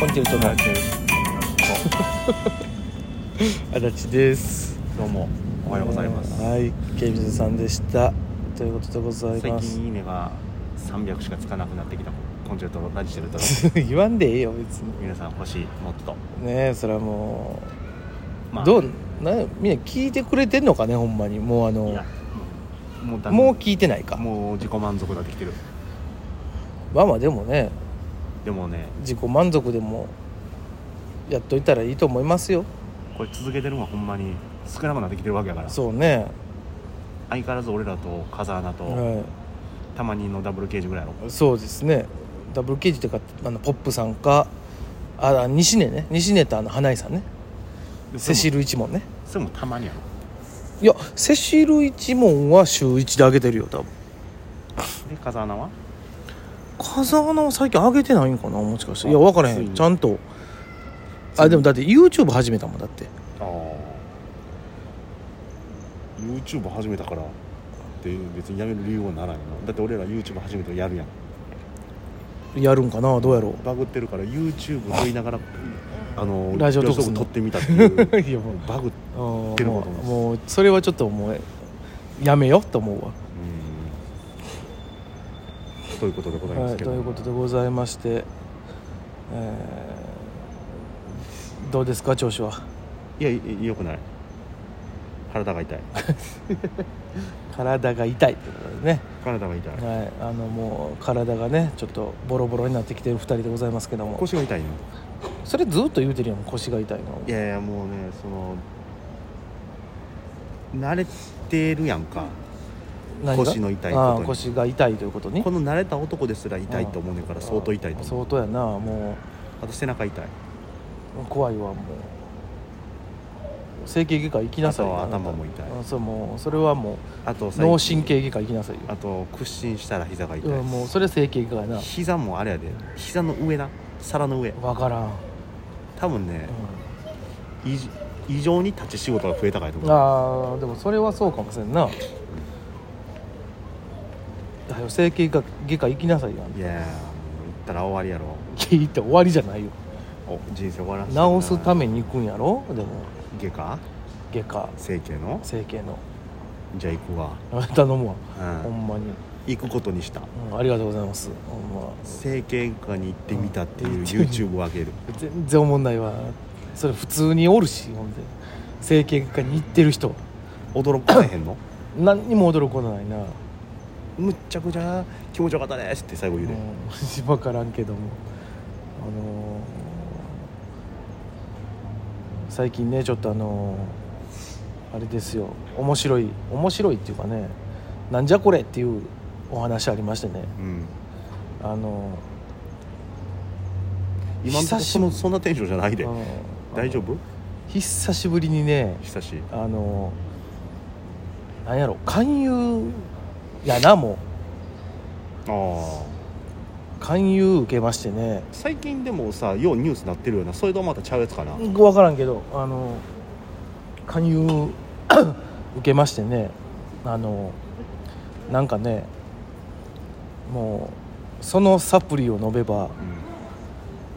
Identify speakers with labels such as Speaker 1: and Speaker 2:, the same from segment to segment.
Speaker 1: コンチェルトの
Speaker 2: 足立です
Speaker 1: どうもおはようございます、
Speaker 2: えーはい警備さんでしたということでござい
Speaker 1: 最
Speaker 2: ます
Speaker 1: 近いいねが300しかつかなくなってきたコンチェルトのラジチェルト
Speaker 2: 言わんでええよ別に
Speaker 1: 皆さん欲しいもっと
Speaker 2: ねえそれはもう、どうなみんな聞いてくれてんのかねほんまにもうあ
Speaker 1: い
Speaker 2: の
Speaker 1: やもうだんだん
Speaker 2: もう聞いてないか
Speaker 1: もう自己満足ができてる
Speaker 2: まあまあでもね
Speaker 1: でもね
Speaker 2: 自己満足でもやっといたらいいと思いますよ
Speaker 1: これ続けてるのはほんまに少なくなってきてるわけやから
Speaker 2: そうね
Speaker 1: 相変わらず俺らと風穴と、
Speaker 2: は
Speaker 1: たまにのダブルケージぐらいやろ
Speaker 2: いそうですねダブルケージっていうかあのポップさんかあ西根ね西根とあの花井さんねセシ
Speaker 1: ル
Speaker 2: ル一門ね
Speaker 1: それもたまにやろ
Speaker 2: いやセシル一門は週1で上げてるよ多分
Speaker 1: で風穴は
Speaker 2: 風穴は最近上げてないんかなもしかしていや
Speaker 1: あ
Speaker 2: 分からへ
Speaker 1: ついに
Speaker 2: んちゃんとあでもだって YouTube 始めたもんだって
Speaker 1: ああ YouTube 始めたからって別にやめる理由はならんよなだって俺ら YouTube 始めてやるやん
Speaker 2: やるんかなどうやろ
Speaker 1: バグってるから YouTube 撮りながらあの
Speaker 2: ラジオトーク
Speaker 1: ラ
Speaker 2: すんの
Speaker 1: 撮ってみたっていう
Speaker 2: う いやもう
Speaker 1: バグ
Speaker 2: あー
Speaker 1: てる
Speaker 2: もう
Speaker 1: ことです
Speaker 2: もうそれはちょっともうやめようと思うわ
Speaker 1: うんということでございま
Speaker 2: は
Speaker 1: す
Speaker 2: い、
Speaker 1: け
Speaker 2: と
Speaker 1: ど、
Speaker 2: いうことでございまして、えーどうですか調子はい
Speaker 1: やいよくない体が痛い
Speaker 2: 体が痛いってことですね、
Speaker 1: 体が痛い
Speaker 2: はい、あのもう体がねちょっとボロボロになってきてる2人でございますけども
Speaker 1: 腰が痛いの
Speaker 2: それずっと言うてるやん腰が痛いの
Speaker 1: いやいやもうねその慣れてるやんか
Speaker 2: 何が
Speaker 1: 腰の痛いことに
Speaker 2: あー腰が痛いということに
Speaker 1: この慣れた男ですら痛いと思うねんから相当痛いと思う
Speaker 2: 相当やなも
Speaker 1: あと背中痛いう
Speaker 2: 怖いわもう整形外科行きなさい
Speaker 1: あとは
Speaker 2: あなた
Speaker 1: 頭も痛い
Speaker 2: あそうもうそれはも
Speaker 1: あと
Speaker 2: う
Speaker 1: 最近
Speaker 2: 脳神経外科行きなさいよ
Speaker 1: あと屈伸したら膝が痛い、
Speaker 2: うんもうそれ整形外科やな
Speaker 1: 膝もあれやで膝の上な皿の上
Speaker 2: 分からん、
Speaker 1: 多分ね
Speaker 2: う、ん
Speaker 1: 異常異常に立ち仕事が増えたからやと思う
Speaker 2: あーでもそれはそうかもしれんなはよ整形外科外科行きなさいよ
Speaker 1: いやーもう行ったら終わりやろ
Speaker 2: 聞いて終わりじゃないよ
Speaker 1: お人生終わらせてな
Speaker 2: 治すために行くんやろでも
Speaker 1: 外科
Speaker 2: 外科
Speaker 1: 整形の
Speaker 2: 整形の
Speaker 1: じゃあ行くわ、
Speaker 2: 頼むわ
Speaker 1: うん
Speaker 2: ほんまに、
Speaker 1: 行くことにした
Speaker 2: うん、ありがとうございますほんま
Speaker 1: 整形外科に行ってみたっていう YouTube を上げる
Speaker 2: 全然おもんないわそれ普通におるしほんで整形外科に行ってる人
Speaker 1: 驚かれへんの
Speaker 2: 何にも驚くことないな
Speaker 1: むっちゃくちゃ気持ちよかったですって最後言う
Speaker 2: う
Speaker 1: で、
Speaker 2: ん、分からんけどもあのー最近ねちょっとあのーあれですよ面白い面白いっていうかねなんじゃこれっていうお話ありましてね
Speaker 1: うん
Speaker 2: あの
Speaker 1: 今のとこ
Speaker 2: 久し
Speaker 1: そ
Speaker 2: ぶり
Speaker 1: のそんなテンションじゃない
Speaker 2: ー
Speaker 1: で
Speaker 2: あの
Speaker 1: 大丈夫
Speaker 2: 久しぶりにね
Speaker 1: 久しい
Speaker 2: あのーなんやろ勧誘やなも
Speaker 1: あ
Speaker 2: う
Speaker 1: あ
Speaker 2: 勧誘受けましてね
Speaker 1: 最近でもさようニュースなってるようなそれとはまたちゃうやつかな、
Speaker 2: 分からんけどあの勧誘 受けましてねあのなんかねもうそのサプリを飲めば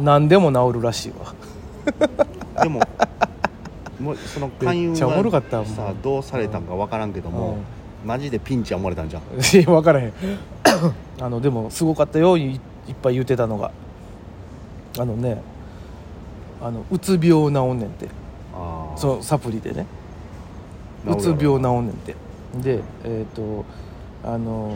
Speaker 2: 何でも治るらしいわ
Speaker 1: でももうその勧誘
Speaker 2: めっちゃおもろかった
Speaker 1: が
Speaker 2: わ
Speaker 1: さどうされたんか分からんけども、マジでピンチは思われたんじゃん
Speaker 2: 分からへん あのでもすごかったよいいっぱい言ってたのがあのねあのうつ病治んねんって
Speaker 1: あ
Speaker 2: そのサプリでねうつ
Speaker 1: 治る
Speaker 2: 病治んねんてでえっ、とあの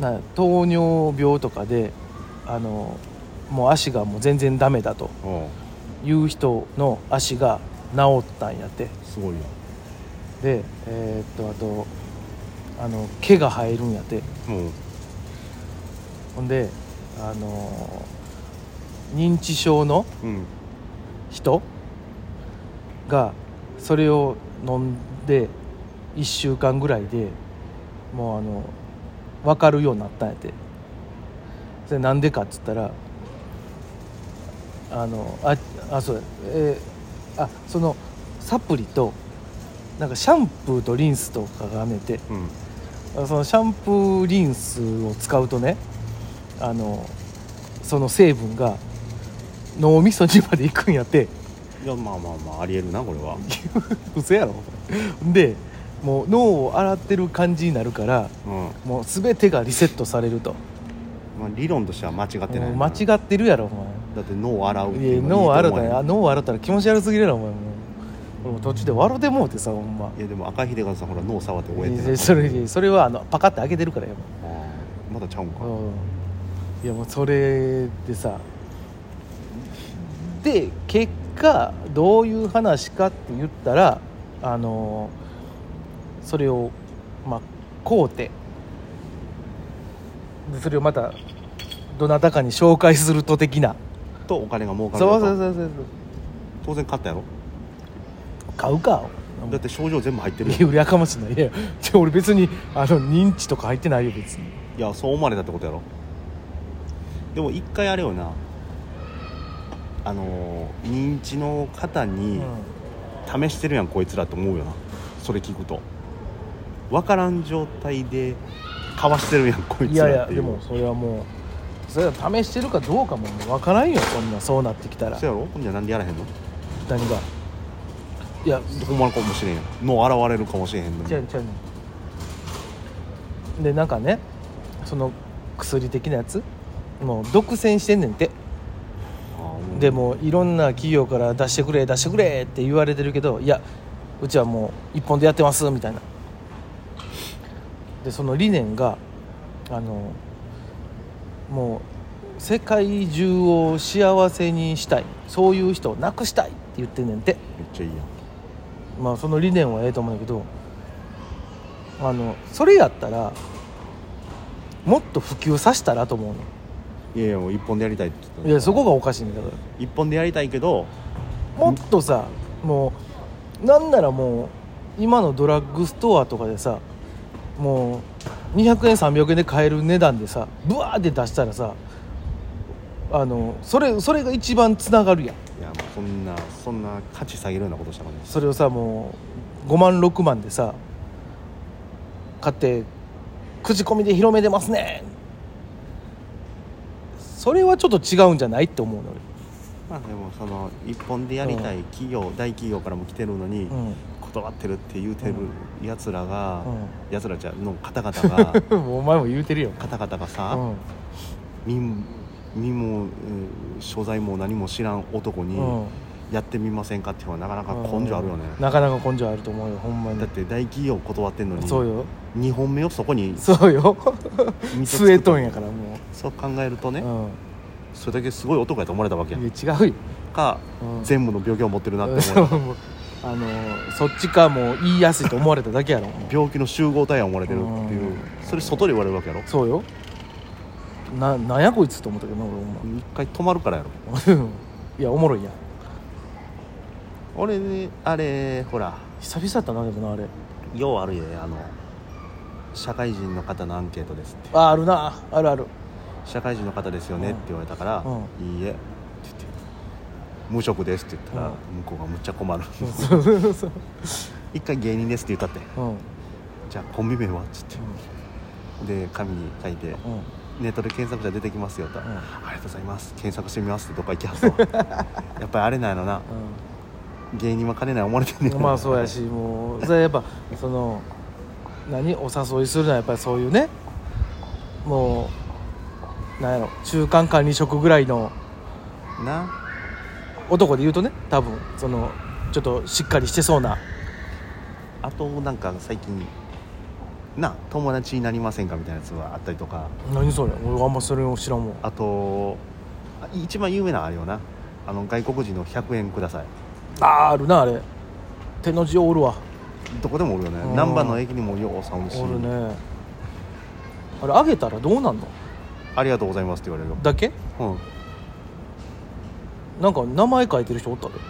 Speaker 2: な糖尿病とかであのもう足がもう全然ダメだと
Speaker 1: おう
Speaker 2: いう人の足が治ったんやって
Speaker 1: すごいよ
Speaker 2: でえっ、とあとあの毛が生えるんやって
Speaker 1: もう
Speaker 2: ほんであの認知症の
Speaker 1: うん
Speaker 2: 人がそれを飲んで1週間ぐらいでもうあの分かるようになったんやてそれなんでかっつったらあのああそうやえーあそのサプリとなんかシャンプーとリンスとかがあんねんて
Speaker 1: うん
Speaker 2: そのシャンプーリンスを使うとねあのその成分が脳みそにまで行くんやって
Speaker 1: いやまあまあまあありえるなこれ は、
Speaker 2: 嘘やろ でもう脳を洗ってる感じになるから
Speaker 1: うん
Speaker 2: もう全てがリセットされると
Speaker 1: まあ、理論としては間違ってない
Speaker 2: もう
Speaker 1: な
Speaker 2: 間違ってるやろお前
Speaker 1: だって脳を洗うって
Speaker 2: い
Speaker 1: い
Speaker 2: や
Speaker 1: うの
Speaker 2: 脳
Speaker 1: は
Speaker 2: あ
Speaker 1: いい
Speaker 2: る
Speaker 1: と
Speaker 2: た
Speaker 1: 思わへん
Speaker 2: ら脳あるたら気持ち悪すぎるやろお前もう俺も途中で笑うてもうてさほんま
Speaker 1: いやでも赤秀和さんほら脳触って終えて
Speaker 2: い
Speaker 1: な
Speaker 2: やそれそれはあのパカって開けてるからやも
Speaker 1: あーまだちゃうんか、
Speaker 2: う、うん、いやもうそれでさで結果どういう話かって言ったらあのそれをまあ買うてでそれをまたどなたかに紹介すると的な
Speaker 1: とお金が儲かるよ
Speaker 2: そう
Speaker 1: と
Speaker 2: そうそうそうそう
Speaker 1: 当然買ったやろ
Speaker 2: 買うか
Speaker 1: だって症状全部入ってるやん
Speaker 2: いや俺やかましいないいやちょ俺別にあの認知とか入ってないよ別に
Speaker 1: いやそう思われたってことやろでも一回あれよなあのー認知の方
Speaker 2: う
Speaker 1: に
Speaker 2: ん
Speaker 1: 試してるやん、こいつらって思うよなそれ聞くと分からん状態でかわしてるやんこい
Speaker 2: い
Speaker 1: つ
Speaker 2: やい
Speaker 1: らっ
Speaker 2: や
Speaker 1: ていう
Speaker 2: でもそれはもうそれは試してるかどうかもわからんよそんなそうなってきたら
Speaker 1: そうやろほんじゃなんでやらへんの
Speaker 2: 何がいや
Speaker 1: ほんまのかもしれんやん脳現れるかもしれへんのに
Speaker 2: 違う違うねでなんかねその薬的なやつもう独占してんねんて
Speaker 1: あー
Speaker 2: でもいろんな企業から出してくれ出してくれって言われてるけどいやうちはもう一本でやってますみたいなでその理念があのもう世界中を幸せにしたいそういう人をなくしたいって言ってんねんて
Speaker 1: めっちゃいいやん
Speaker 2: まあその理念はええと思うんだけどあのそれやったらもっと普及させたらと思うの
Speaker 1: いやいやもう一本でやりたいって言ってたの
Speaker 2: いやそこがおかしいんだから
Speaker 1: 一本でやりたいけど
Speaker 2: もっとさもうなんならもう今のドラッグストアとかでさもう200円300円で買える値段でさブワーって出したらさあのそれそれが一番つながるやん
Speaker 1: いやもうそんなそんな価値下げるようなことしたらね
Speaker 2: それをさもう5万6万でさ買って口コミで広めてますねそれはちょっと違うんじゃないって思うの
Speaker 1: まあでもその一本でやりたい企業、大企業からも来てるのに
Speaker 2: 俺、
Speaker 1: 断ってるって言うてるやつらが、
Speaker 2: う
Speaker 1: やつらじゃの方々が
Speaker 2: うん、もうお前も言うてるよ、
Speaker 1: 方々が
Speaker 2: う
Speaker 1: さ、
Speaker 2: ん
Speaker 1: 民民も、えー所在も何も知らん男に
Speaker 2: うん、
Speaker 1: やってみませんかっていうのはなかなか根性あるよね、
Speaker 2: なかなか根性あると思うよほんまに
Speaker 1: だって大企業断ってんのに
Speaker 2: そうよ
Speaker 1: 2本目をそこに
Speaker 2: そう よ
Speaker 1: 見せつけ
Speaker 2: 据えとんやからも
Speaker 1: そう考えると
Speaker 2: う、
Speaker 1: ね、
Speaker 2: うん
Speaker 1: それだけすごい男やと思われたわけやん
Speaker 2: いや違うよ、
Speaker 1: か、
Speaker 2: うん
Speaker 1: 全部の病気を持ってるなって
Speaker 2: そう
Speaker 1: 思われた
Speaker 2: もう あのそっちかもう言いやすいと思われただけやろ
Speaker 1: 病気の集合体や思われてるっていう
Speaker 2: うん
Speaker 1: それ外で言われるわけやろ
Speaker 2: そうよななんやこいつと思ったけどな俺ほんま
Speaker 1: 一回止まるからやろ
Speaker 2: うん いやおもろいやん
Speaker 1: 俺ねあれほら
Speaker 2: 久々やったなでもなあれ
Speaker 1: ようあるよねあの社会人の方のアンケートですって
Speaker 2: ああるなあるある
Speaker 1: 社会人の方ですよねって言われたから「
Speaker 2: う
Speaker 1: いいえ」って言って「無職です」って言ったら
Speaker 2: うん
Speaker 1: 向 こうがむっちゃ困る
Speaker 2: そうそうそう
Speaker 1: 一回芸人ですって言ったって
Speaker 2: うんうん
Speaker 1: 「じゃあコンビ名は?」っつってで紙に書いて
Speaker 2: うん
Speaker 1: ネットで検索したら出てきますよと、
Speaker 2: ん
Speaker 1: ありがとうございます検索してみますってどっか行きは すわやっぱりあれなんやろな芸人は金ない思われて んね
Speaker 2: うんんまあそうやしもうそれやっぱその何お誘いするのはやっぱりそういうねもうなんやろ中間管理職ぐらいの
Speaker 1: な
Speaker 2: 男で言うとね多分そのちょっとしっかりしてそうな
Speaker 1: あとなんか最近な友達になりませんかみたいなやつはあったりとか
Speaker 2: 何それ俺あんまそれを知らんもん
Speaker 1: あとあ一番有名なのあれよなあの外国人の100円ください
Speaker 2: あああるなあれ手の字おるわ
Speaker 1: どこでもおるよね
Speaker 2: うん
Speaker 1: 南蛮の駅にもようさんし
Speaker 2: おるねあれあげたらどうなんの
Speaker 1: ありがとうございますって言われるよ
Speaker 2: だけ
Speaker 1: うん
Speaker 2: なんか名前書いてる人おったで
Speaker 1: なん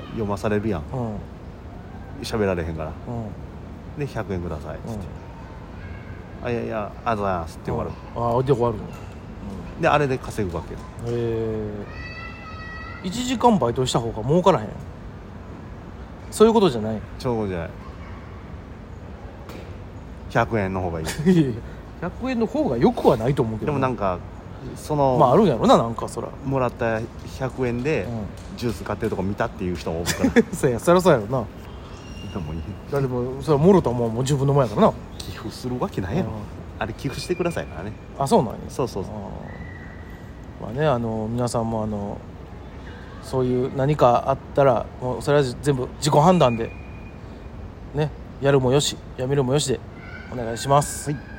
Speaker 1: か読まされるやん
Speaker 2: うんうん
Speaker 1: 喋られへんからで100円くださいっつって、あいやいやありがとうございますって終わる、
Speaker 2: ああで終わるの
Speaker 1: であれで稼ぐわけよ
Speaker 2: へえ1時間バイトした方が儲からへんそういうことじゃ ない
Speaker 1: ちょうどじゃない100円の方がいい
Speaker 2: いやいや100円の方がよくはないと思うけ
Speaker 1: で
Speaker 2: ど
Speaker 1: もなんかその、
Speaker 2: まああるんやろななんかそら、
Speaker 1: もらった100円で
Speaker 2: う
Speaker 1: ジュース買ってるとこ見たっていう人もおるから
Speaker 2: ん、そやそりゃそうやろな
Speaker 1: でもいい
Speaker 2: だってもうそれはもろたもんもう自分の前やからな、
Speaker 1: 寄付するわけないやろ、
Speaker 2: うん
Speaker 1: あれ寄付してくださいからね
Speaker 2: あそうなんや
Speaker 1: そうそうそう
Speaker 2: あーまあねあの皆さんもあのそういう何かあったらもうそれは全部自己判断でねやるもよしやめるもよしでお願いします、
Speaker 1: はい